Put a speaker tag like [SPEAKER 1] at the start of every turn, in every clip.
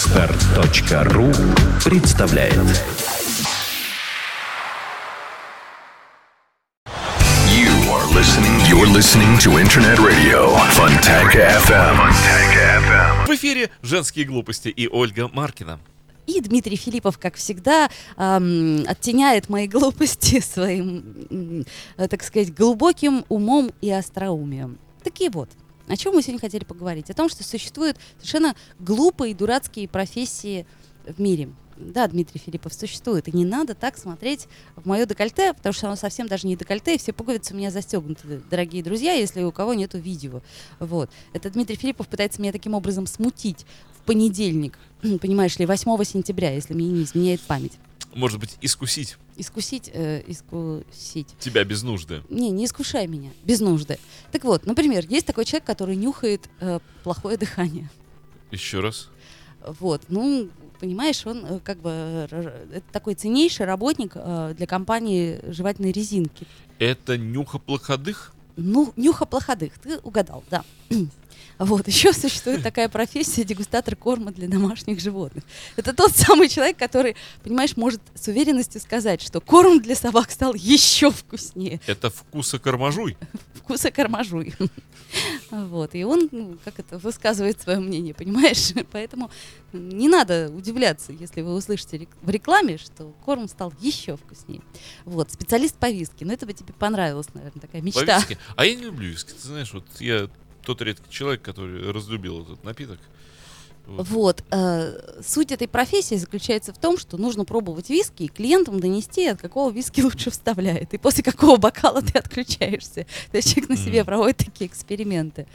[SPEAKER 1] Отстар.ру представляет
[SPEAKER 2] You are listening, you're listening to Internet Radio Fontanka FM. Fontanka
[SPEAKER 3] В эфире «Женские глупости» и Ольга Маркина.
[SPEAKER 4] И Дмитрий Филиппов, как всегда, ам, оттеняет мои глупости своим, м, э, так сказать, глубоким умом и остроумием. Такие вот. О чем мы сегодня хотели поговорить? О том, что существуют совершенно глупые и дурацкие профессии в мире. Да, Дмитрий Филиппов существует. И не надо так смотреть в мое декольте, потому что оно совсем даже не декольте, и все пуговицы у меня застегнуты, дорогие друзья, если у кого нету видео. Вот. Это Дмитрий Филиппов пытается меня таким образом смутить в понедельник, понимаешь ли, 8 сентября, если мне не изменяет память.
[SPEAKER 3] Может быть, искусить
[SPEAKER 4] Искусить, э, искусить.
[SPEAKER 3] тебя без нужды.
[SPEAKER 4] Не, не искушай меня, без нужды. Так вот, например, есть такой человек, который нюхает э, плохое дыхание.
[SPEAKER 3] Еще раз.
[SPEAKER 4] Вот, ну, понимаешь, он э, как бы э, р- это такой ценнейший работник э, для компании жевательной резинки.
[SPEAKER 3] Это нюхоплоходых?
[SPEAKER 4] Ну, нюха плоходых, ты угадал, да. Вот, еще существует такая профессия дегустатор корма для домашних животных. Это тот самый человек, который, понимаешь, может с уверенностью сказать, что корм для собак стал еще вкуснее
[SPEAKER 3] Это вкусокормажуй?
[SPEAKER 4] вкуса кармажуй. Вот, и он, ну, как это, высказывает свое мнение, понимаешь? Поэтому не надо удивляться, если вы услышите рек- в рекламе, что корм стал еще вкуснее. Вот, специалист по виски, ну это бы тебе понравилось, наверное, такая мечта.
[SPEAKER 3] По-виски? А я не люблю виски, ты знаешь, вот я тот редкий человек, который разлюбил этот напиток.
[SPEAKER 4] Вот, э, суть этой профессии заключается в том, что нужно пробовать виски и клиентам донести, от какого виски лучше вставляет, и после какого бокала ты отключаешься. То есть человек на себе
[SPEAKER 3] Мгм.
[SPEAKER 4] проводит такие эксперименты.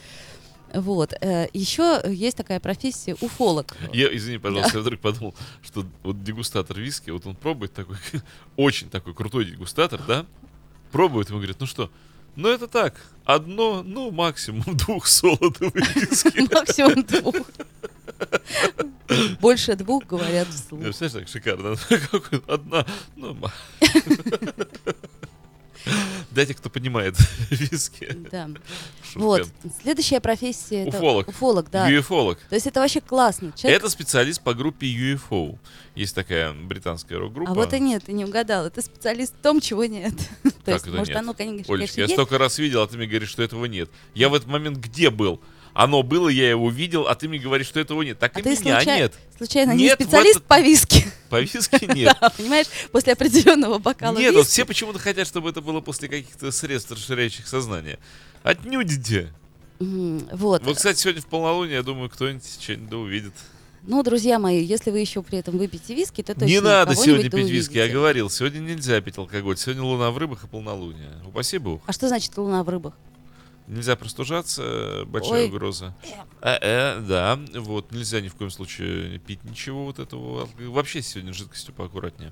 [SPEAKER 4] Вот, э, еще есть такая профессия уфолог.
[SPEAKER 3] Я, извини, пожалуйста, я вдруг подумал, что вот дегустатор виски, вот он пробует такой, очень такой крутой дегустатор, да? Пробует, ему говорит, ну что, ну это так, одно, ну максимум двух солодовых виски.
[SPEAKER 4] Максимум двух. Больше двух говорят вслух.
[SPEAKER 3] Я, представляешь, Ну, так шикарно. Какой- Одна. ну, ма. Дайте, кто понимает виски.
[SPEAKER 4] Да.
[SPEAKER 3] Шутка.
[SPEAKER 4] Вот. Следующая профессия это
[SPEAKER 3] Уфолог.
[SPEAKER 4] уфолог, да.
[SPEAKER 3] Юэфолог.
[SPEAKER 4] То есть это вообще классно. Человек-
[SPEAKER 3] Это специалист по группе UFO. Есть такая британская рок-группа.
[SPEAKER 4] А вот и нет, ты не угадал. Это специалист в том, чего нет. То есть,
[SPEAKER 3] это
[SPEAKER 4] может,
[SPEAKER 3] нет?
[SPEAKER 4] оно, конечно,
[SPEAKER 3] Олечка,
[SPEAKER 4] конечно,
[SPEAKER 3] я
[SPEAKER 4] есть.
[SPEAKER 3] столько раз видел, а ты мне говоришь, что этого нет. Я в этот момент где был? Оно было, я его видел, а ты мне говоришь, что этого нет. Так
[SPEAKER 4] А
[SPEAKER 3] и
[SPEAKER 4] ты
[SPEAKER 3] меня
[SPEAKER 4] случай-
[SPEAKER 3] нет.
[SPEAKER 4] Случайно не
[SPEAKER 3] Нет, вот
[SPEAKER 4] специалист
[SPEAKER 3] это-
[SPEAKER 4] по виски.
[SPEAKER 3] По виски нет.
[SPEAKER 4] Да, понимаешь, после определенного бокала
[SPEAKER 3] Нет, вот
[SPEAKER 4] виски.
[SPEAKER 3] все почему-то хотят, чтобы это было после каких-то средств, расширяющих сознание. Отнюдите.
[SPEAKER 4] М, Вот.
[SPEAKER 3] Вот, кстати, сегодня в полнолуние, я думаю, кто-нибудь что-нибудь да увидит.
[SPEAKER 4] Ну, друзья мои, если вы еще при этом выпьете виски, А, то точно
[SPEAKER 3] не надо
[SPEAKER 4] кого-нибудь
[SPEAKER 3] сегодня пить
[SPEAKER 4] да
[SPEAKER 3] виски, я
[SPEAKER 4] увидите.
[SPEAKER 3] говорил, сегодня нельзя пить алкоголь, сегодня луна в рыбах и полнолуние. Упаси бог.
[SPEAKER 4] А что значит луна в рыбах?
[SPEAKER 3] Нельзя простужаться, э, большая
[SPEAKER 4] Ой.
[SPEAKER 3] угроза. Э, э, да, вот, нельзя ни в коем случае пить ничего вот этого. алк- Вообще сегодня с жидкостью поаккуратнее.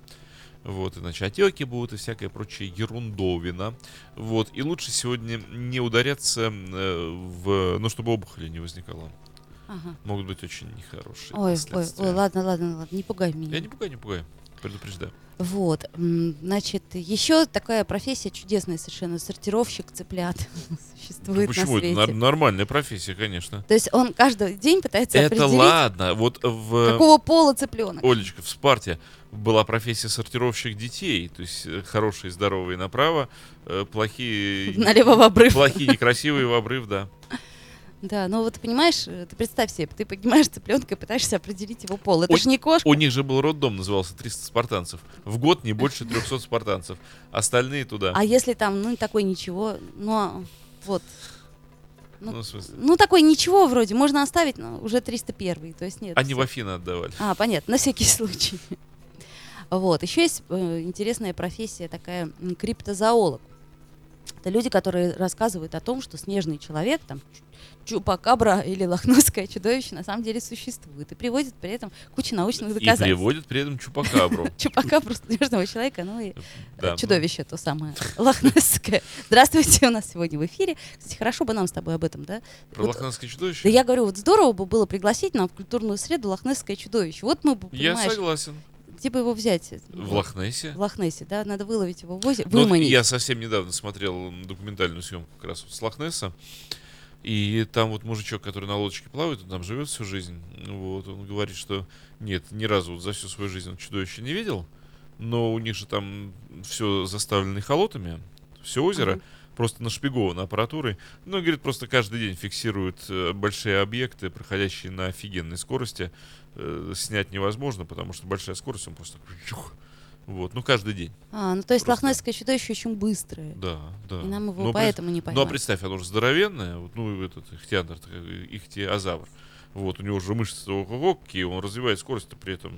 [SPEAKER 3] Вот, иначе отеки будут и всякая прочая ерундовина. Вот, и лучше сегодня не ударяться э, в... Ну, чтобы опухоли не возникало.
[SPEAKER 4] Ага.
[SPEAKER 3] Могут быть очень нехорошие
[SPEAKER 4] Ой, ой,
[SPEAKER 3] последствия.
[SPEAKER 4] ой, ладно, ладно, ладно, не пугай меня.
[SPEAKER 3] Я не пугаю, не пугаю. Предупреждаю.
[SPEAKER 4] Вот, м, значит, еще такая профессия чудесная совершенно, сортировщик цыплят существует на
[SPEAKER 3] Ну, Почему? Это
[SPEAKER 4] свете.
[SPEAKER 3] нар- нормальная профессия, конечно.
[SPEAKER 4] То есть он каждый день пытается
[SPEAKER 3] Это
[SPEAKER 4] определить,
[SPEAKER 3] ладно. Вот в...
[SPEAKER 4] какого пола цыпленок.
[SPEAKER 3] Олечка, в Спарте была профессия сортировщик детей, то есть э, хорошие, здоровые направо, э, плохие...
[SPEAKER 4] Налево в обрыв.
[SPEAKER 3] Плохие, некрасивые в обрыв, да.
[SPEAKER 4] Да, ну вот понимаешь, э, ты представь себе, ты поднимаешь цыпленка и пытаешься определить его пол. Это
[SPEAKER 3] Ой,
[SPEAKER 4] же не кошка.
[SPEAKER 3] У них же был роддом, назывался 300 спартанцев. В год не больше 300 спартанцев. Остальные туда.
[SPEAKER 4] А если там, ну, такой ничего, ну, а, вот.
[SPEAKER 3] Ну, в смысле,
[SPEAKER 4] Ну, такой ничего вроде, можно оставить, но уже 301 то есть нет.
[SPEAKER 3] Они
[SPEAKER 4] всё.
[SPEAKER 3] в Афины отдавали.
[SPEAKER 4] А, понятно, на всякий случай. Вот, еще есть э, интересная профессия такая, м, криптозоолог. Это люди, которые рассказывают о том, что снежный человек, там, Чу- Чупакабра или лохносское чудовище на самом деле существует. И приводит при этом кучу научных
[SPEAKER 3] И
[SPEAKER 4] доказательств.
[SPEAKER 3] приводят при этом Чупакабру.
[SPEAKER 4] Чупакабру снежного человека, ну и
[SPEAKER 3] Да, ну,
[SPEAKER 4] чудовище то самое, лохнесское. Здравствуйте, у нас сегодня в эфире. Кстати, хорошо бы нам с тобой об этом, да?
[SPEAKER 3] Про
[SPEAKER 4] Вот,
[SPEAKER 3] лохнанское
[SPEAKER 4] Да
[SPEAKER 3] чудовище?
[SPEAKER 4] я говорю, вот здорово бы было пригласить нам в культурную среду лохнесское чудовище. Вот мы бы,
[SPEAKER 3] Я
[SPEAKER 4] понимаешь,
[SPEAKER 3] согласен.
[SPEAKER 4] где бы его взять?
[SPEAKER 3] В Лохнессе.
[SPEAKER 4] В Лохнессе, да? Надо выловить его в озеро,
[SPEAKER 3] Ну, вот
[SPEAKER 4] выманить.
[SPEAKER 3] я совсем недавно смотрел м, документальную съемку как раз вот с Лохнесса. И там вот мужичок, который на лодочке плавает, он там живет всю жизнь. Вот, он говорит, что нет, ни разу вот за всю свою жизнь он чудовище не видел. Но у них же там все заставлено эхолотами, все озеро просто нашпиговано аппаратурой. Ну, говорит, просто каждый день фиксируют э, большие объекты, проходящие на офигенной скорости. Э, снять невозможно, потому что большая скорость, он просто... чух. Вот, ну каждый день.
[SPEAKER 4] А, ну то есть
[SPEAKER 3] Просто-
[SPEAKER 4] лохнесское чудовище очень быстрое.
[SPEAKER 3] Да, да.
[SPEAKER 4] И нам его
[SPEAKER 3] Но при-
[SPEAKER 4] поэтому не
[SPEAKER 3] Ну а
[SPEAKER 4] поймать.
[SPEAKER 3] представь, оно же здоровенное, вот, ну этот ихтиандр, так, э, ихтиозавр. Вот, у него же мышцы ого какие, он развивает скорость-то при этом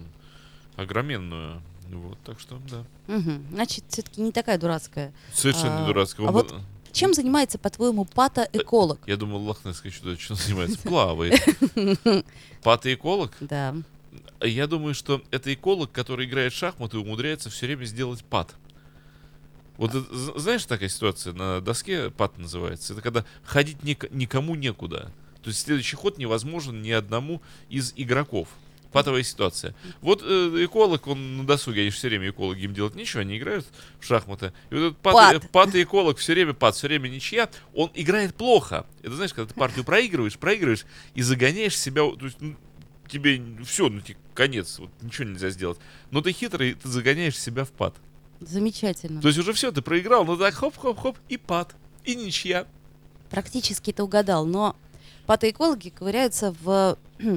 [SPEAKER 3] огроменную. Вот, так что, да.
[SPEAKER 4] Мгм. Значит, все-таки не такая дурацкая.
[SPEAKER 3] Совершенно
[SPEAKER 4] А,
[SPEAKER 3] не дурацкого.
[SPEAKER 4] а вот- Чем занимается, по-твоему, пата-эколог?
[SPEAKER 3] Я думал, лохнесское чудовище чем занимается. Плавает. Патоэколог?
[SPEAKER 4] Да.
[SPEAKER 3] Я думаю, что это эколог, который играет в шахматы и умудряется все время сделать пад. Вот это, з- знаешь, такая ситуация на доске пад называется. Это когда ходить нек- никому некуда. То есть следующий ход невозможен ни одному из игроков. Патовая ситуация. Вот э, эколог, он на досуге, они же все время экологи, им делать нечего, они играют в шахматы. И вот этот пат,
[SPEAKER 4] Пад.
[SPEAKER 3] э, пат и эколог все время пад, все время ничья, он играет плохо. Это знаешь, когда ты партию проигрываешь, проигрываешь и загоняешь себя, то есть ну, тебе все, ну тебе конец, вот ничего нельзя сделать. Но ты хитрый, ты загоняешь себя в пад.
[SPEAKER 4] Замечательно.
[SPEAKER 3] То есть уже все, ты проиграл, но так хоп-хоп-хоп и пад, и ничья.
[SPEAKER 4] Практически ты угадал, но патоэкологи ковыряются в...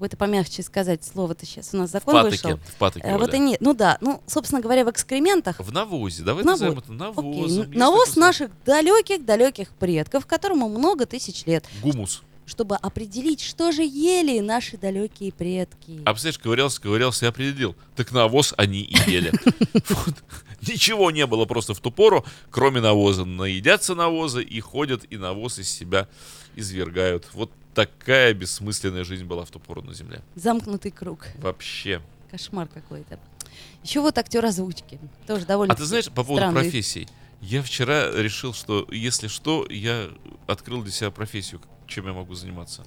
[SPEAKER 4] это помягче сказать слово-то сейчас. У нас закон вышел.
[SPEAKER 3] в патоке,
[SPEAKER 4] Э, вот
[SPEAKER 3] Оля.
[SPEAKER 4] они, ну да, ну, собственно говоря, в экскрементах.
[SPEAKER 3] В навозе, давай
[SPEAKER 4] В наво-
[SPEAKER 3] назовем это
[SPEAKER 4] Окей,
[SPEAKER 3] навозом.
[SPEAKER 4] н-
[SPEAKER 3] Есть
[SPEAKER 4] навоз
[SPEAKER 3] такое
[SPEAKER 4] наших далеких-далеких предков, которому много тысяч лет,
[SPEAKER 3] слово? Гумус.
[SPEAKER 4] чтобы определить, что же ели наши далекие предки.
[SPEAKER 3] А представляешь, ковырялся, ковырялся и определил. Так навоз они и ели. Вот. Ничего не было просто в ту пору, кроме навоза. Наедятся навоза и ходят, и навоз из себя извергают. Вот такая бессмысленная жизнь была в ту пору на земле.
[SPEAKER 4] Замкнутый круг.
[SPEAKER 3] Вообще.
[SPEAKER 4] Кошмар какой-то. Еще вот актер озвучки. Тоже довольно
[SPEAKER 3] А ты знаешь, по поводу
[SPEAKER 4] странный.
[SPEAKER 3] профессий. Я вчера решил, что если что, я открыл для себя профессию, чем я могу заниматься.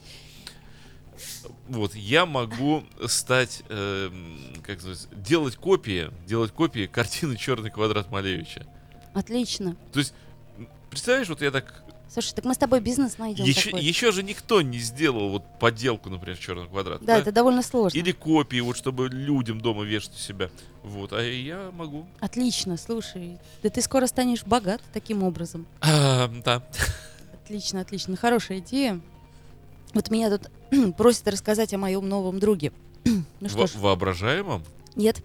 [SPEAKER 3] Вот, я могу стать, эм, как называется, делать копии, делать копии картины «Черный квадрат» Малевича.
[SPEAKER 4] Отлично.
[SPEAKER 3] То есть, м, представляешь, вот я так...
[SPEAKER 4] Слушай, так мы с тобой бизнес найдем
[SPEAKER 3] Еще,
[SPEAKER 4] такой.
[SPEAKER 3] еще же никто не сделал вот подделку, например, «Черного квадрата».
[SPEAKER 4] Да, это довольно сложно.
[SPEAKER 3] Или копии, вот чтобы людям дома вешать у себя. Вот, а я могу.
[SPEAKER 4] Отлично, слушай. Да ты скоро станешь богат таким образом.
[SPEAKER 3] А, да.
[SPEAKER 4] Ну Отлично, отлично. Хорошая идея. Вот меня тут просят рассказать о моем новом друге. Ну что
[SPEAKER 3] Во-
[SPEAKER 4] ж,
[SPEAKER 3] воображаемом?
[SPEAKER 4] нет,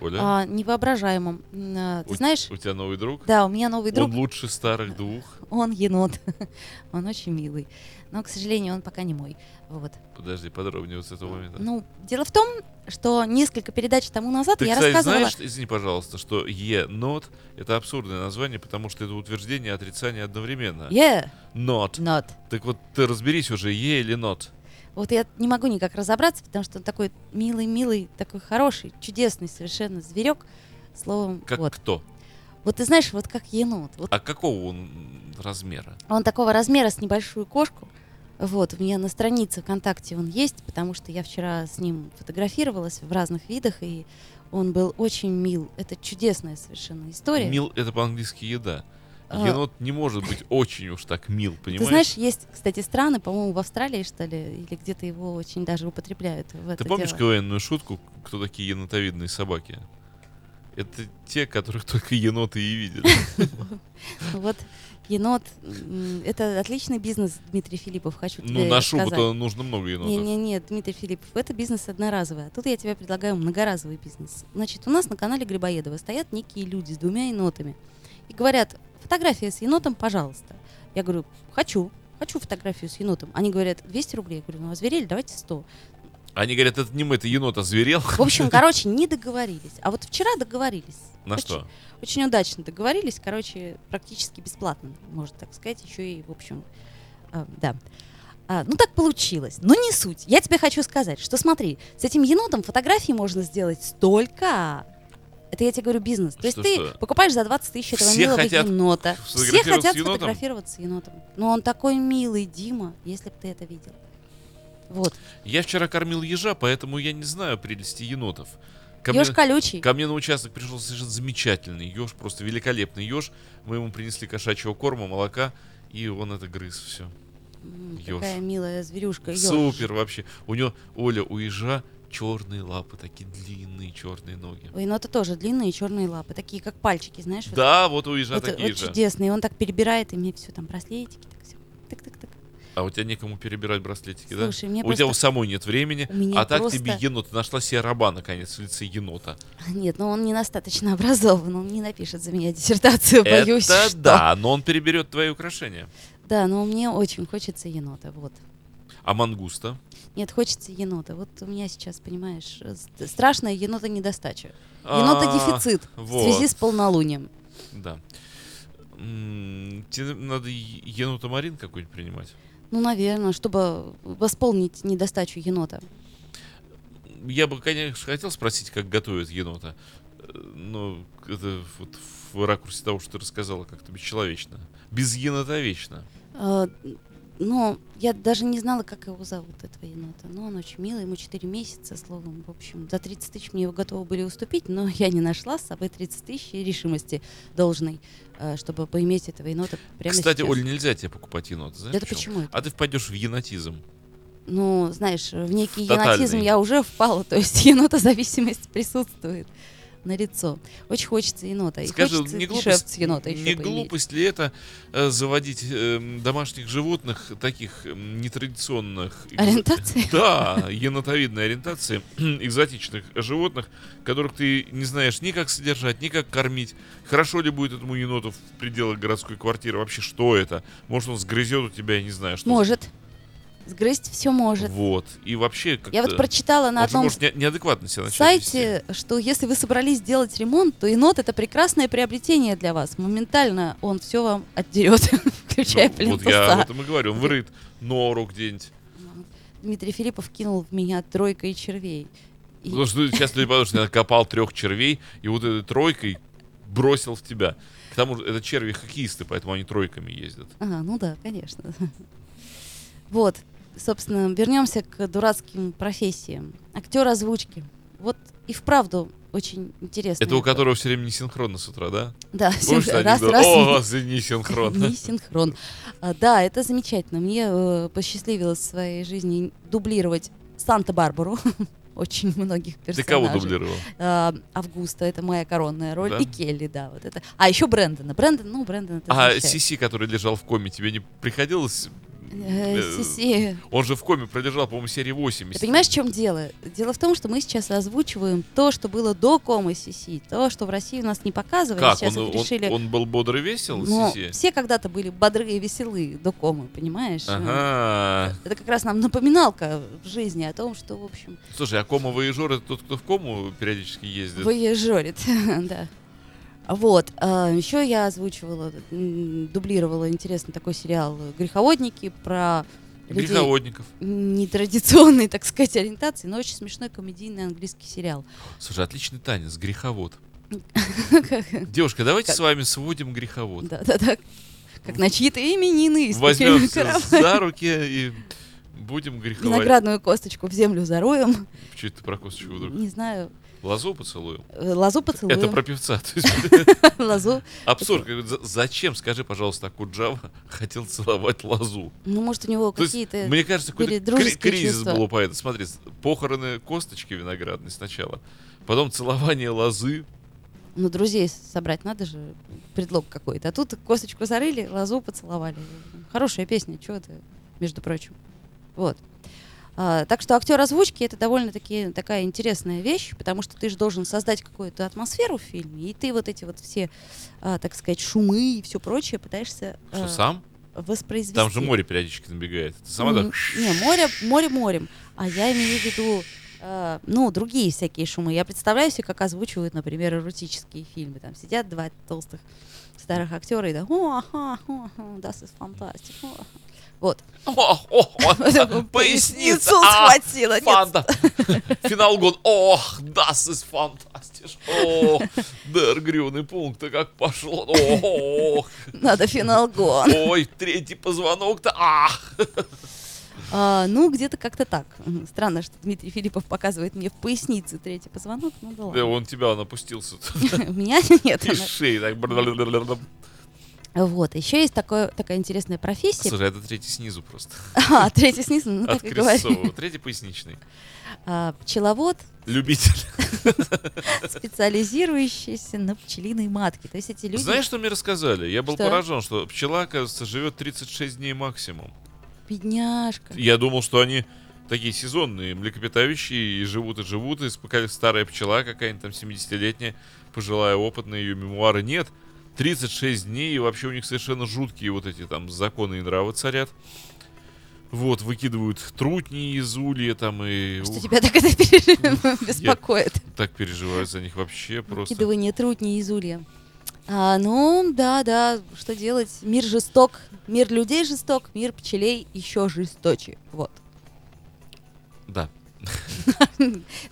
[SPEAKER 3] Оля,
[SPEAKER 4] а, невоображаемом. М, а, Ты
[SPEAKER 3] у-
[SPEAKER 4] знаешь,
[SPEAKER 3] у тебя новый друг?
[SPEAKER 4] да, у меня новый друг,
[SPEAKER 3] Он лучше старых двух.
[SPEAKER 4] он енот. Он очень милый. Но, к сожалению, он пока не мой. Вот.
[SPEAKER 3] Подожди, подробнее вот с этого момента.
[SPEAKER 4] Ну, дело в том, что несколько передач тому назад
[SPEAKER 3] Ты,
[SPEAKER 4] я
[SPEAKER 3] кстати,
[SPEAKER 4] рассказывала...
[SPEAKER 3] знаешь, извини, пожалуйста, что енот — это абсурдное название, потому что это утверждение и отрицание одновременно.
[SPEAKER 4] Yeah,
[SPEAKER 3] Нот.
[SPEAKER 4] not.
[SPEAKER 3] Так вот, ты разберись уже, е или нот.
[SPEAKER 4] Вот я не могу никак разобраться, потому что он такой милый-милый, такой хороший, чудесный совершенно зверек. Словом,
[SPEAKER 3] Как
[SPEAKER 4] вот.
[SPEAKER 3] кто?
[SPEAKER 4] Вот ты знаешь, вот как енот. Вот
[SPEAKER 3] А какого он м, размера?
[SPEAKER 4] он такого размера с небольшую кошку. Вот, у меня на странице ВКонтакте он есть, потому что я вчера с ним фотографировалась в разных видах, и он был очень мил. Это чудесная совершенно история.
[SPEAKER 3] Мил — это по-английски еда.
[SPEAKER 4] А.
[SPEAKER 3] Енот не может быть очень уж так мил,
[SPEAKER 4] Ты
[SPEAKER 3] понимаешь?
[SPEAKER 4] знаешь, есть, кстати, страны, по-моему, в Австралии, что ли, или где-то его очень даже употребляют в это
[SPEAKER 3] Ты помнишь
[SPEAKER 4] дело.
[SPEAKER 3] КВНную шутку, кто такие енотовидные собаки? Это те, которых только еноты и видели.
[SPEAKER 4] Вот енот, м, это отличный бизнес, Дмитрий Филиппов, хочу
[SPEAKER 3] Ну,
[SPEAKER 4] тебе
[SPEAKER 3] на
[SPEAKER 4] сказать.
[SPEAKER 3] шубу-то нужно много енотов.
[SPEAKER 4] Не-не-не, Дмитрий Филиппов, это бизнес одноразовый, а тут я тебе предлагаю многоразовый бизнес. Значит, у нас на канале Грибоедова стоят некие люди с двумя енотами и говорят, фотография с енотом, пожалуйста. Я говорю, хочу, хочу фотографию с енотом. Они говорят, 200 рублей. Я говорю, ну, озверели, давайте 100.
[SPEAKER 3] Они говорят, это не мы, это енот а озверел.
[SPEAKER 4] В общем, короче, не договорились. А вот вчера договорились.
[SPEAKER 3] На
[SPEAKER 4] Очень-
[SPEAKER 3] что?
[SPEAKER 4] Очень удачно договорились, короче, практически бесплатно, можно так сказать, еще и, в общем, э, да. А, ну так получилось, но не суть. Я тебе хочу сказать, что смотри, с этим енотом фотографий можно сделать столько. Это я тебе говорю бизнес. То есть
[SPEAKER 3] Что-что?
[SPEAKER 4] ты покупаешь за 20 тысяч этого
[SPEAKER 3] Все
[SPEAKER 4] милого
[SPEAKER 3] хотят
[SPEAKER 4] енота. Все
[SPEAKER 3] сфотографироваться
[SPEAKER 4] хотят
[SPEAKER 3] с енотом?
[SPEAKER 4] сфотографироваться с енотом. Но он такой милый, Дима, если бы ты это видел. Вот.
[SPEAKER 3] Я вчера кормил ежа, поэтому я не знаю прелести енотов. Ко мне,
[SPEAKER 4] Еж колючий.
[SPEAKER 3] ко мне на участок пришел совершенно замечательный еж, просто великолепный еж. Мы ему принесли кошачьего корма, молока и он это грыз все.
[SPEAKER 4] М,
[SPEAKER 3] Ёж.
[SPEAKER 4] Такая милая зверюшка. ёж.
[SPEAKER 3] Супер вообще. У него, Оля, у ежа черные лапы, такие длинные черные ноги.
[SPEAKER 4] Ой, ну это тоже длинные черные лапы, такие как пальчики, знаешь? вот
[SPEAKER 3] Да, вот у ежа
[SPEAKER 4] Это
[SPEAKER 3] такие
[SPEAKER 4] вот
[SPEAKER 3] же.
[SPEAKER 4] чудесно. И он так перебирает, и мне все там браслетики, так все. Так-так-так.
[SPEAKER 3] А у тебя некому перебирать браслетики, да?
[SPEAKER 4] Слушай, мне
[SPEAKER 3] У тебя у
[SPEAKER 4] просто-
[SPEAKER 3] самой нет времени,
[SPEAKER 4] У меня
[SPEAKER 3] а так
[SPEAKER 4] просто-
[SPEAKER 3] тебе енот Ты нашла себе раба, наконец, в лице енота.
[SPEAKER 4] Нет, ну он недостаточно образован, он не напишет за меня диссертацию, боюсь.
[SPEAKER 3] Это
[SPEAKER 4] что-
[SPEAKER 3] да, но он переберет твои украшения.
[SPEAKER 4] Да, но мне очень хочется енота, вот.
[SPEAKER 3] А мангуста?
[SPEAKER 4] Нет, хочется енота. Вот у меня сейчас, понимаешь, э, с- страшная енота недостача. Енота дефицит в связи
[SPEAKER 3] А, вот.
[SPEAKER 4] с полнолунием.
[SPEAKER 3] Да. М, Тебе надо е- енотомарин какой-нибудь принимать.
[SPEAKER 4] Ну, наверное, чтобы восполнить недостачу енота.
[SPEAKER 3] Я бы, конечно, хотел спросить, как готовят енота. Э, Но это вот в ракурсе того, что ты рассказала, как-то бесчеловечно. Без енота вечно.
[SPEAKER 4] Э, Но я даже не знала, как его зовут, этого енота. Но он очень милый, ему 4 месяца, словом, в общем. За 30 тысяч мне его готовы были уступить, но я не нашла с собой 30 тысяч и решимости должной, э, чтобы поиметь этого енота прямо
[SPEAKER 3] Кстати,
[SPEAKER 4] сейчас.
[SPEAKER 3] Оль, нельзя тебе покупать енота. Знаешь
[SPEAKER 4] Да это почему это?
[SPEAKER 3] А ты впадешь в енотизм.
[SPEAKER 4] Ну, знаешь, в некий
[SPEAKER 3] Тотальный.
[SPEAKER 4] енотизм я уже впала, то есть енотозависимость присутствует на лицо. Очень хочется енота. И
[SPEAKER 3] Скажи,
[SPEAKER 4] хочется
[SPEAKER 3] не
[SPEAKER 4] шерсть
[SPEAKER 3] глупость,
[SPEAKER 4] енота еще
[SPEAKER 3] не
[SPEAKER 4] поиметь.
[SPEAKER 3] глупость ли это э, заводить эм, домашних животных таких эм, нетрадиционных экзо-
[SPEAKER 4] Ориентация?
[SPEAKER 3] Да, енотовидной ориентации экзотичных животных, которых ты не знаешь ни как содержать, ни как кормить. Хорошо ли будет этому еноту в пределах городской квартиры? Вообще, что это? Может, он сгрызет у тебя, я не знаю, что.
[SPEAKER 4] Может. Сгрызть все может.
[SPEAKER 3] Вот. И вообще, как
[SPEAKER 4] Я вот прочитала на
[SPEAKER 3] он же
[SPEAKER 4] одном
[SPEAKER 3] может не- неадекватно себя начать вести.
[SPEAKER 4] сайте, что если вы собрались сделать ремонт, то енот это прекрасное приобретение для вас. Моментально он все вам отдерет, включая
[SPEAKER 3] Ну, вот я об
[SPEAKER 4] плинтуса.
[SPEAKER 3] этом и говорю. Он вырыт нору где-нибудь.
[SPEAKER 4] Дмитрий Филиппов кинул в меня тройкой червей. И-
[SPEAKER 3] Потому что сейчас люди подумают, что я накопал трех червей и вот этой тройкой бросил в тебя. К тому же это черви хоккеисты, поэтому они тройками ездят.
[SPEAKER 4] А, ну да, конечно. Вот, собственно, вернемся к дурацким профессиям. Актер озвучки. Вот и вправду очень интересно.
[SPEAKER 3] Это у которого все время не синхронно с утра, да?
[SPEAKER 4] Да,
[SPEAKER 3] Помнишь этот
[SPEAKER 4] раз,
[SPEAKER 3] анекдот?
[SPEAKER 4] раз,
[SPEAKER 3] О,
[SPEAKER 4] не-
[SPEAKER 3] вас и не синхронно.
[SPEAKER 4] Не синхрон. А, да, это замечательно. Мне э, посчастливилось в своей жизни дублировать Санта-Барбару. Очень многих персонажей.
[SPEAKER 3] Ты кого дублировал?
[SPEAKER 4] А, Августа, это моя коронная роль.
[SPEAKER 3] Да?
[SPEAKER 4] И Келли, да, вот это. А еще Брэндона. Брэндон, ну, Брэндон это
[SPEAKER 3] А
[SPEAKER 4] замечательно.
[SPEAKER 3] Сиси, который лежал в коме, тебе не приходилось...
[SPEAKER 4] Э,
[SPEAKER 3] э,
[SPEAKER 4] Сиси.
[SPEAKER 3] Он же в коме продержал, по-моему, серии 8.
[SPEAKER 4] Ты понимаешь, в чем дело? Дело в том, что мы сейчас озвучиваем то, что было до комы Сиси, то, что в России у нас не показывали.
[SPEAKER 3] Как?
[SPEAKER 4] сейчас
[SPEAKER 3] Он,
[SPEAKER 4] вот
[SPEAKER 3] он-
[SPEAKER 4] решили.
[SPEAKER 3] он был бодр и весел,
[SPEAKER 4] Ну,
[SPEAKER 3] Сиси?
[SPEAKER 4] все когда-то были бодрые и веселые до комы, понимаешь?
[SPEAKER 3] Ага.
[SPEAKER 4] Это как раз нам напоминалка в жизни о том, что, в общем,
[SPEAKER 3] Слушай, а кома воежор это тот, кто в кому периодически ездит?
[SPEAKER 4] выезжорит. да. Вот. еще я озвучивала, м, дублировала, интересно, такой сериал «Греховодники» про людей
[SPEAKER 3] Греховодников.
[SPEAKER 4] нетрадиционной, так сказать, ориентации, но очень смешной комедийный английский сериал.
[SPEAKER 3] Слушай, отличный танец, греховод.
[SPEAKER 4] Как-
[SPEAKER 3] Девушка, давайте
[SPEAKER 4] Как-
[SPEAKER 3] с вами сводим греховод.
[SPEAKER 4] Да-да-да. Как на чьи-то именины из
[SPEAKER 3] Возьмем
[SPEAKER 4] кара-
[SPEAKER 3] за руки и будем греховать.
[SPEAKER 4] Виноградную косточку в землю зароем.
[SPEAKER 3] Чё это ты про косточку вдруг?
[SPEAKER 4] Не знаю.
[SPEAKER 3] Лозу поцелуем.
[SPEAKER 4] э, Лозу поцелуем.
[SPEAKER 3] Это про певца. То есть,
[SPEAKER 4] Лозу.
[SPEAKER 3] Абсурд. Как за- Зачем, скажи, пожалуйста, Куджава хотел целовать лозу?
[SPEAKER 4] Ну, может, у него
[SPEAKER 3] То есть,
[SPEAKER 4] какие-то...
[SPEAKER 3] мне кажется, какой-то
[SPEAKER 4] были
[SPEAKER 3] кри-
[SPEAKER 4] дружеские
[SPEAKER 3] кризис
[SPEAKER 4] чувства.
[SPEAKER 3] был у поэта. Смотри, с- похороны косточки виноградной сначала, потом целование лозы.
[SPEAKER 4] Ну, друзей собрать надо же, предлог какой-то. А тут косточку зарыли, лозу поцеловали. Хорошая песня, чего ты, между прочим. Вот. А, так что актер озвучки это довольно-таки такая интересная вещь, потому что ты же должен создать какую-то атмосферу в фильме, и ты вот эти вот все, а, так сказать, шумы и все прочее пытаешься
[SPEAKER 3] Что,
[SPEAKER 4] э,
[SPEAKER 3] сам?
[SPEAKER 4] воспроизвести.
[SPEAKER 3] Там же море периодически набегает. Ты сама
[SPEAKER 4] М,
[SPEAKER 3] так...
[SPEAKER 4] Не, море, море морем. А я имею в виду, э, ну, другие всякие шумы. Я представляю себе, как озвучивают, например, эротические фильмы. Там сидят два толстых старых актера и да, о, ха, о, ха, das ist fantastic. о». Вот.
[SPEAKER 3] О, о, о,
[SPEAKER 4] Поясницу
[SPEAKER 3] поясница. а,
[SPEAKER 4] схватила. нет.
[SPEAKER 3] Фанта. Финал год. Ох, das ist fantastisch. Ох, der grüne пункт, как пошло. Ох,
[SPEAKER 4] Надо финал гон.
[SPEAKER 3] ой, третий позвонок-то. Ах.
[SPEAKER 4] А, ну, где-то как-то так. М, Странно, что Дмитрий Филиппов показывает мне в пояснице третий позвонок. Ну да
[SPEAKER 3] Да,
[SPEAKER 4] ладно.
[SPEAKER 3] он тебя, он опустился.
[SPEAKER 4] У меня нет.
[SPEAKER 3] И
[SPEAKER 4] она-
[SPEAKER 3] шеи так. бр- бр- бр- бр- бр.
[SPEAKER 4] Вот, еще есть такое, такая интересная профессия.
[SPEAKER 3] Слушай, это третий снизу просто.
[SPEAKER 4] А, третий снизу, ну
[SPEAKER 3] От
[SPEAKER 4] так и говори.
[SPEAKER 3] Крестцова. Третий поясничный.
[SPEAKER 4] А, пчеловод,
[SPEAKER 3] Любитель.
[SPEAKER 4] специализирующийся на пчелиной матке. То есть эти люди...
[SPEAKER 3] Знаешь, что мне рассказали? Я был
[SPEAKER 4] Что?
[SPEAKER 3] поражен, что пчела, оказывается, живет 36 дней максимум.
[SPEAKER 4] Бедняжка.
[SPEAKER 3] Я думал, что они такие сезонные, млекопитающие, и живут, и живут, и пока старая пчела какая-нибудь там 70-летняя, пожилая, опытная, ее мемуары нет. 36 дней, и вообще у них совершенно жуткие вот эти там законы и нравы царят. Вот, выкидывают трутни из улья там и...
[SPEAKER 4] Что
[SPEAKER 3] ух,
[SPEAKER 4] тебя так это пере- беспокоит?
[SPEAKER 3] Так переживают за них вообще просто.
[SPEAKER 4] Выкидывание трутней из улья. А, ну, да, да, что делать? Мир жесток, мир людей жесток, мир пчелей еще жесточе. Вот.
[SPEAKER 3] Да.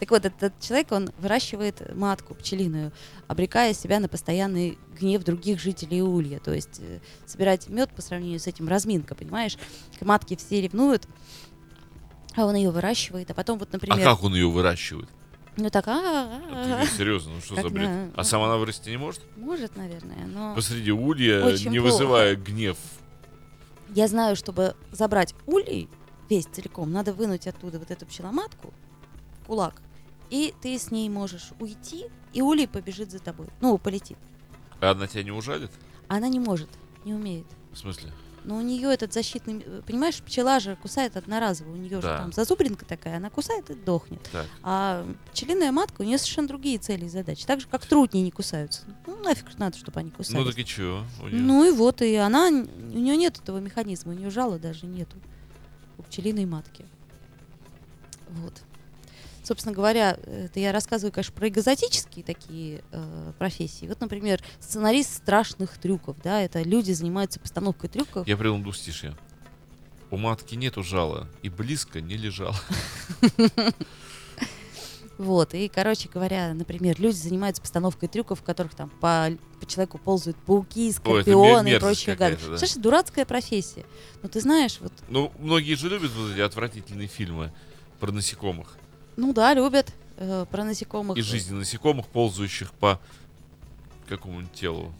[SPEAKER 4] Так вот, этот человек, он выращивает матку пчелиную, обрекая себя на постоянный гнев других жителей улья. То есть э, собирать мед по сравнению с этим разминка, понимаешь? К матке все ревнуют, а он ее выращивает, а потом вот,
[SPEAKER 3] А
[SPEAKER 4] например...
[SPEAKER 3] как он ее выращивает?
[SPEAKER 4] Ну так, а, а, а, а,
[SPEAKER 3] Ты Серьезно, ну что
[SPEAKER 4] Как
[SPEAKER 3] за бред?
[SPEAKER 4] на-
[SPEAKER 3] А сама она вырасти не может?
[SPEAKER 4] может, наверное, но...
[SPEAKER 3] Посреди улья,
[SPEAKER 4] Очень
[SPEAKER 3] не
[SPEAKER 4] плохо.
[SPEAKER 3] вызывая гнев.
[SPEAKER 4] Я знаю, чтобы забрать улей весь целиком, надо вынуть оттуда вот эту пчеломатку, в кулак, и ты с ней можешь уйти, и улей побежит за тобой. Ну, полетит.
[SPEAKER 3] А она тебя не ужалит?
[SPEAKER 4] А она не может, не умеет.
[SPEAKER 3] В смысле?
[SPEAKER 4] Но у нее этот защитный... м- э, Понимаешь, пчела же кусает одноразово. У
[SPEAKER 3] Да.
[SPEAKER 4] нее же там зазубринка такая, она кусает и дохнет.
[SPEAKER 3] Так.
[SPEAKER 4] А пчелиная матка, у нее совершенно другие цели и задачи. Так же, как трутни не кусаются. Ну, нафиг ж надо, чтобы они кусались.
[SPEAKER 3] Ну так и чё? у неё?
[SPEAKER 4] Ну и вот, и она, н- у нее нет этого механизма, у нее жала даже нету у пчелиной матки. Вот. Собственно говоря, это я рассказываю, конечно, про экзотические такие э, профессии. Вот, например, сценарист страшных трюков, да, это люди занимаются постановкой трюков.
[SPEAKER 3] Я придумал двустишье. У матки нету жала, и близко не лежала.
[SPEAKER 4] Вот, и, короче говоря, например, люди занимаются постановкой трюков, в которых там по, по человеку ползают пауки, скорпионы и
[SPEAKER 3] мерзость
[SPEAKER 4] прочие гады.
[SPEAKER 3] какая-то, да.
[SPEAKER 4] Слушай, дурацкая профессия. Но ты знаешь, вот,
[SPEAKER 3] Ну, многие же любят вот эти отвратительные фильмы про насекомых.
[SPEAKER 4] ну да, любят э, про насекомых.
[SPEAKER 3] И жизни насекомых, ползающих по какому-нибудь телу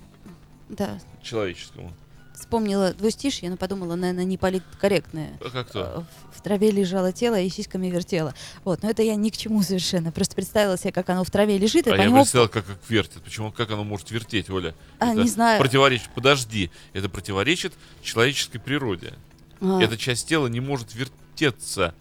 [SPEAKER 4] Да,
[SPEAKER 3] человеческому.
[SPEAKER 4] вспомнила двустишье, но подумала, наверное, не политкорректное.
[SPEAKER 3] А как то?
[SPEAKER 4] Э, В, в траве лежало тело и сиськами вертело. Вот, но это я ни к чему совершенно. Просто представила себе, как оно в траве лежит, и
[SPEAKER 3] А
[SPEAKER 4] по
[SPEAKER 3] я
[SPEAKER 4] нему...
[SPEAKER 3] представил, как, как вертит. Почему, как оно может вертеть, Оля?
[SPEAKER 4] А,
[SPEAKER 3] Это
[SPEAKER 4] не знаю.
[SPEAKER 3] Противоречит. Подожди, это противоречит человеческой природе.
[SPEAKER 4] А,
[SPEAKER 3] Эта часть тела не может вертеться.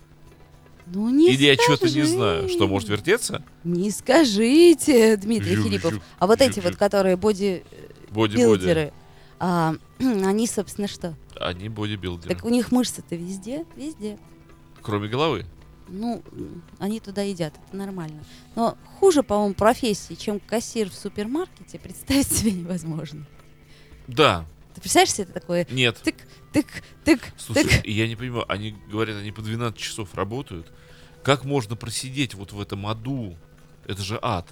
[SPEAKER 4] Ну не
[SPEAKER 3] Или я что-то не
[SPEAKER 4] скажи.
[SPEAKER 3] знаю, что может вертеться?
[SPEAKER 4] Не скажите, Дмитрий
[SPEAKER 3] Жук,
[SPEAKER 4] Филиппов.
[SPEAKER 3] жук,
[SPEAKER 4] а вот эти
[SPEAKER 3] жук,
[SPEAKER 4] вот,
[SPEAKER 3] жук.
[SPEAKER 4] которые боди
[SPEAKER 3] Боди-боди.
[SPEAKER 4] билдеры, а, они, собственно, что?
[SPEAKER 3] Они бодибилдеры.
[SPEAKER 4] Так у них мышцы-то везде, везде.
[SPEAKER 3] Кроме головы.
[SPEAKER 4] Ну, м, они туда едят, это нормально. Но хуже, по-моему, профессии, чем кассир в супермаркете, представить себе невозможно.
[SPEAKER 3] Да,
[SPEAKER 4] Ты представляешь себе это такое
[SPEAKER 3] нет.
[SPEAKER 4] тык, тык, тык,
[SPEAKER 3] Слушай,
[SPEAKER 4] тык.
[SPEAKER 3] я не понимаю, они говорят, они по 12 часов работают. Как можно просидеть вот в этом аду? Это же ад.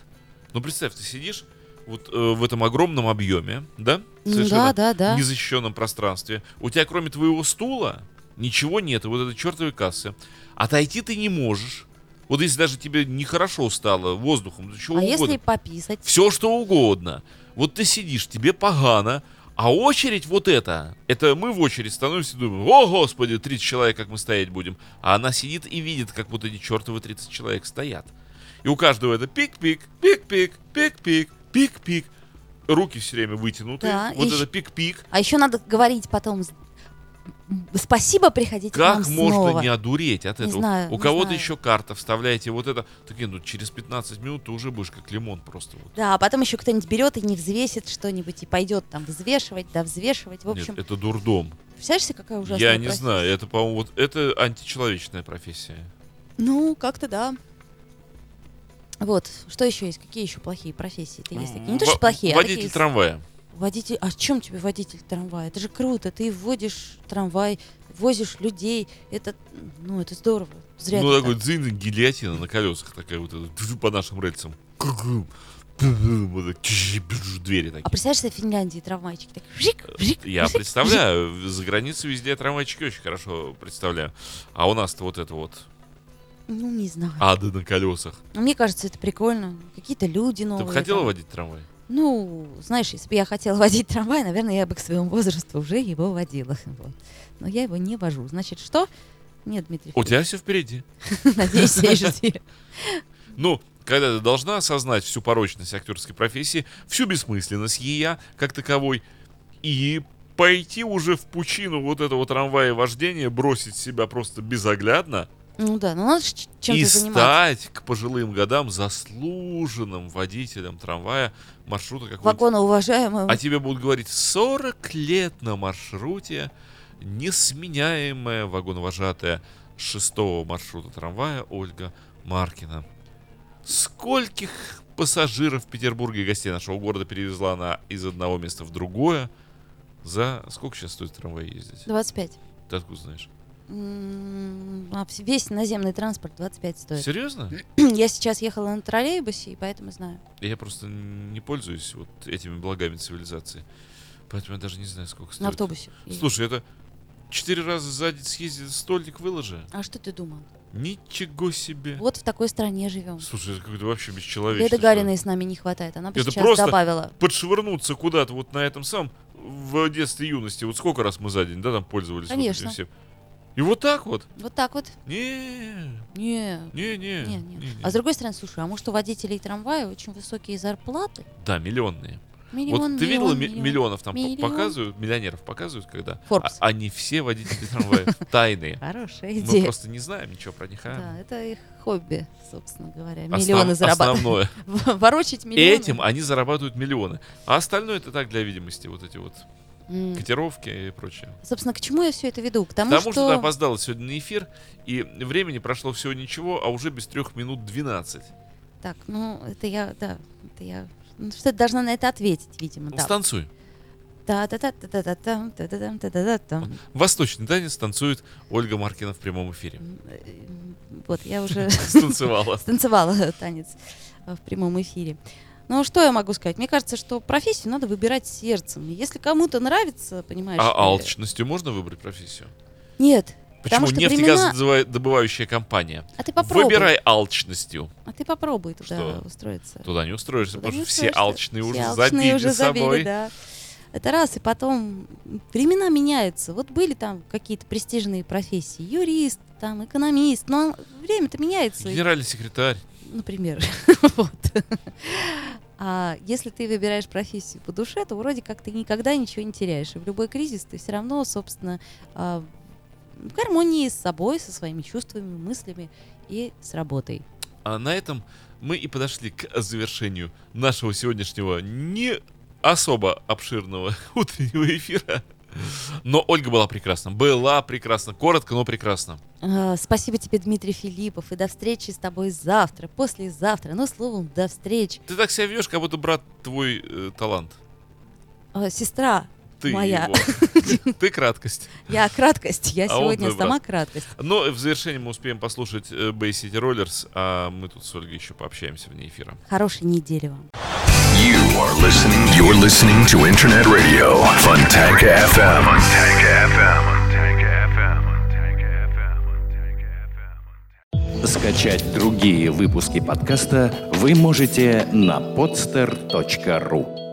[SPEAKER 3] Ну представь, ты сидишь вот э, в этом огромном объеме, да?
[SPEAKER 4] Ну да, да, да.
[SPEAKER 3] незащищенном пространстве. У тебя кроме твоего стула ничего нет, и вот этой чертовой кассы. Отойти ты не можешь. Вот если даже тебе нехорошо стало воздухом, то чего
[SPEAKER 4] А
[SPEAKER 3] ну, угодно.
[SPEAKER 4] если пописать?
[SPEAKER 3] все что угодно. Вот ты сидишь, тебе погано, а очередь вот это, это мы в очередь становимся и думаем, о господи, 30 человек, как мы стоять будем. А она сидит и видит, как вот эти чертовы 30 человек стоят. И у каждого это пик-пик, пик-пик, пик-пик, пик-пик. Руки все время вытянуты.
[SPEAKER 4] Да,
[SPEAKER 3] вот
[SPEAKER 4] и
[SPEAKER 3] это
[SPEAKER 4] щ-
[SPEAKER 3] пик-пик.
[SPEAKER 4] А еще надо говорить потом с- м, спасибо, приходите к
[SPEAKER 3] Как
[SPEAKER 4] нам
[SPEAKER 3] можно
[SPEAKER 4] снова.
[SPEAKER 3] не одуреть от
[SPEAKER 4] Не
[SPEAKER 3] этого?
[SPEAKER 4] знаю,
[SPEAKER 3] у
[SPEAKER 4] не
[SPEAKER 3] кого-то
[SPEAKER 4] знаю.
[SPEAKER 3] еще карта, вставляете вот это. Так нет, ну через 15 минут ты уже будешь как лимон просто. Вот.
[SPEAKER 4] Да, а потом еще кто-нибудь берет и не взвесит что-нибудь и пойдет там взвешивать, да, взвешивать. В общем,
[SPEAKER 3] Нет, это дурдом.
[SPEAKER 4] представляешь себе, какая ужасная
[SPEAKER 3] Я не
[SPEAKER 4] профессия?
[SPEAKER 3] знаю, это, по-моему, вот это античеловечная профессия.
[SPEAKER 4] Ну, как-то да. Вот, что еще есть? Какие еще плохие профессии-то есть? Такие? Не то,
[SPEAKER 3] Во-
[SPEAKER 4] что плохие, а
[SPEAKER 3] Водитель
[SPEAKER 4] такие с-
[SPEAKER 3] трамвая.
[SPEAKER 4] Водитель, а в чем тебе водитель трамвая? Это же круто, ты вводишь трамвай, возишь людей, это, ну, это здорово. Зря
[SPEAKER 3] ну,
[SPEAKER 4] ты
[SPEAKER 3] такой
[SPEAKER 4] так.
[SPEAKER 3] дзынь, гильотина на колесах такая вот эта, тьфу, по нашим рельсам. Ку-ку. Пу-пу. Вот так, чш, бжж, Двери
[SPEAKER 4] А
[SPEAKER 3] такие.
[SPEAKER 4] представляешь себе Финляндии трамвайчики? Так, вжик, вжик,
[SPEAKER 3] Э, Я
[SPEAKER 4] вжик,
[SPEAKER 3] представляю, за границей везде трамвайчики очень хорошо представляю. А у нас-то вот это вот
[SPEAKER 4] вжик. Ну, не знаю.
[SPEAKER 3] А.
[SPEAKER 4] Ну,
[SPEAKER 3] ады на колесах.
[SPEAKER 4] Но Мне кажется, это прикольно. Какие-то люди
[SPEAKER 3] Ты
[SPEAKER 4] новые.
[SPEAKER 3] бы хотела
[SPEAKER 4] там.
[SPEAKER 3] водить трамвай?
[SPEAKER 4] Ну, знаешь, если бы я хотела водить трамвай, наверное, я бы к своему возрасту уже его водила. Вот. Но я его не вожу. Значит, что? Нет, Дмитрий,
[SPEAKER 3] У тебя все впереди.
[SPEAKER 4] Филиппович, надеюсь, я жди.
[SPEAKER 3] Ну, когда ты должна осознать всю порочность актерской профессии, всю бессмысленность ее как таковой, и пойти уже в пучину вот этого трамвая вождения, бросить себя просто безоглядно
[SPEAKER 4] Ну да, ну надо же ч-
[SPEAKER 3] и
[SPEAKER 4] чем-то заниматься.
[SPEAKER 3] стать к пожилым годам заслуженным водителем трамвая маршрута какого-то.
[SPEAKER 4] Вагона уважаемого.
[SPEAKER 3] А тебе будут говорить 40 лет на маршруте, несменяемая вагоновожатая шестого маршрута трамвая Ольга Маркина. Скольких пассажиров в Петербурге и гостей нашего города перевезла она из одного места в другое? За сколько сейчас стоит трамвай ездить?
[SPEAKER 4] 25.
[SPEAKER 3] Ты откуда знаешь?
[SPEAKER 4] М, а вс- Весь наземный транспорт 25 стоит.
[SPEAKER 3] Серьезно?
[SPEAKER 4] Я сейчас ехала на троллейбусе, и поэтому знаю.
[SPEAKER 3] Я просто не пользуюсь вот этими благами цивилизации. Поэтому я даже не знаю, сколько стоит.
[SPEAKER 4] На автобусе. И-
[SPEAKER 3] Слушай, это четыре раза сзади съездит стольник выложи.
[SPEAKER 4] А что ты думал?
[SPEAKER 3] Ничего себе.
[SPEAKER 4] Вот в такой стране живем.
[SPEAKER 3] Слушай, это какой-то вообще бесчеловечный.
[SPEAKER 4] Леда Гариной с нами не хватает. Она бы
[SPEAKER 3] Это
[SPEAKER 4] сейчас
[SPEAKER 3] просто-
[SPEAKER 4] добавила.
[SPEAKER 3] Подшвырнуться куда-то вот на этом самом в детстве и юности. Вот сколько раз мы за день, да, там пользовались вот этим
[SPEAKER 4] Конечно.
[SPEAKER 3] всем. И вот так вот?
[SPEAKER 4] Вот так вот.
[SPEAKER 3] Не,
[SPEAKER 4] Не,
[SPEAKER 3] не, не.
[SPEAKER 4] не,
[SPEAKER 3] не,
[SPEAKER 4] не.
[SPEAKER 3] не.
[SPEAKER 4] А с другой стороны, слушай, а может у водителей трамвая очень высокие зарплаты?
[SPEAKER 3] Да, миллионные.
[SPEAKER 4] Миллион,
[SPEAKER 3] вот ты
[SPEAKER 4] миллион,
[SPEAKER 3] видела ми-
[SPEAKER 4] миллион.
[SPEAKER 3] миллионов там по-
[SPEAKER 4] Миллион.
[SPEAKER 3] показывают, миллионеров показывают, когда?
[SPEAKER 4] Forbes.
[SPEAKER 3] А- они все водители трамваев тайные.
[SPEAKER 4] Хорошая
[SPEAKER 3] Мы
[SPEAKER 4] идея.
[SPEAKER 3] Ну, просто не знаем ничего про них, а?
[SPEAKER 4] Да, это их хобби, собственно говоря.
[SPEAKER 3] Основ-
[SPEAKER 4] Миллионы зарабатывать.
[SPEAKER 3] Основное.
[SPEAKER 4] Ворочить миллионы.
[SPEAKER 3] Этим они зарабатывают миллионы. А остальное это так для видимости, вот эти вот
[SPEAKER 4] М.
[SPEAKER 3] котировки и прочее.
[SPEAKER 4] Собственно, к чему я все это веду? К тому,
[SPEAKER 3] Потому что ты
[SPEAKER 4] что...
[SPEAKER 3] опоздала сегодня на эфир, и времени прошло всего ничего, а уже без трех минут 12.
[SPEAKER 4] Так, ну, это я, да, это я... Ну, что ты должна на это ответить, видимо,
[SPEAKER 3] Ну,
[SPEAKER 4] да.
[SPEAKER 3] станцуй.
[SPEAKER 4] та та та та та та та та та та та
[SPEAKER 3] Восточный танец танцует Ольга Маркина в прямом эфире.
[SPEAKER 4] э, Вот, я уже
[SPEAKER 3] Станцевала.
[SPEAKER 4] станцевала танец э, в прямом эфире. Ну, что я могу сказать? Мне кажется, что профессию надо выбирать сердцем. И Если кому-то нравится, понимаешь...
[SPEAKER 3] А
[SPEAKER 4] э,
[SPEAKER 3] алчностью можно выбрать профессию?
[SPEAKER 4] Нет. Потому
[SPEAKER 3] Почему
[SPEAKER 4] что времена-
[SPEAKER 3] нефтегазодобывающая компания?
[SPEAKER 4] А ты попробуй.
[SPEAKER 3] Выбирай алчностью.
[SPEAKER 4] А ты попробуй туда
[SPEAKER 3] Что?
[SPEAKER 4] устроиться.
[SPEAKER 3] Туда не устроишься,
[SPEAKER 4] Туда
[SPEAKER 3] потому
[SPEAKER 4] не
[SPEAKER 3] что все
[SPEAKER 4] устроишься.
[SPEAKER 3] алчные
[SPEAKER 4] Все
[SPEAKER 3] уже
[SPEAKER 4] алчные
[SPEAKER 3] забили
[SPEAKER 4] уже забили,
[SPEAKER 3] собой.
[SPEAKER 4] да. Это раз, и потом времена меняются. Вот были там какие-то престижные профессии, юрист, там экономист, но время-то меняется, и-
[SPEAKER 3] Генеральный секретарь.
[SPEAKER 4] например. вот. А если ты выбираешь профессию по душе, то вроде как ты никогда ничего не теряешь. И в любой кризис ты все равно, собственно, а, в гармонии с собой, со своими чувствами, мыслями и с работой.
[SPEAKER 3] А на этом мы и подошли к завершению нашего сегодняшнего не особо обширного утреннего эфира. Но Ольга была прекрасна. Была прекрасна. Коротко, но прекрасно.
[SPEAKER 4] А, Спасибо тебе, Дмитрий Филиппов, и до встречи с тобой завтра, послезавтра. Ну, словом, до встреч.
[SPEAKER 3] Ты так себя ведешь, как будто брат твой э, талант.
[SPEAKER 4] А, Сестра,
[SPEAKER 3] Ты
[SPEAKER 4] Моя.
[SPEAKER 3] его. Ты краткость.
[SPEAKER 4] я краткость, я
[SPEAKER 3] А он
[SPEAKER 4] сегодня
[SPEAKER 3] твой
[SPEAKER 4] сама краткость.
[SPEAKER 3] Но в завершение мы успеем послушать э, Bay City Rollers, а мы тут с Ольгой еще пообщаемся вне эфира.
[SPEAKER 4] Хорошей недели вам.
[SPEAKER 2] You are listening. You're listening to Internet Radio Funtank FM. Funtank FM. Funtank FM. Funtank FM. Funtank FM.
[SPEAKER 1] Скачать другие выпуски подкаста вы можете на podster.ru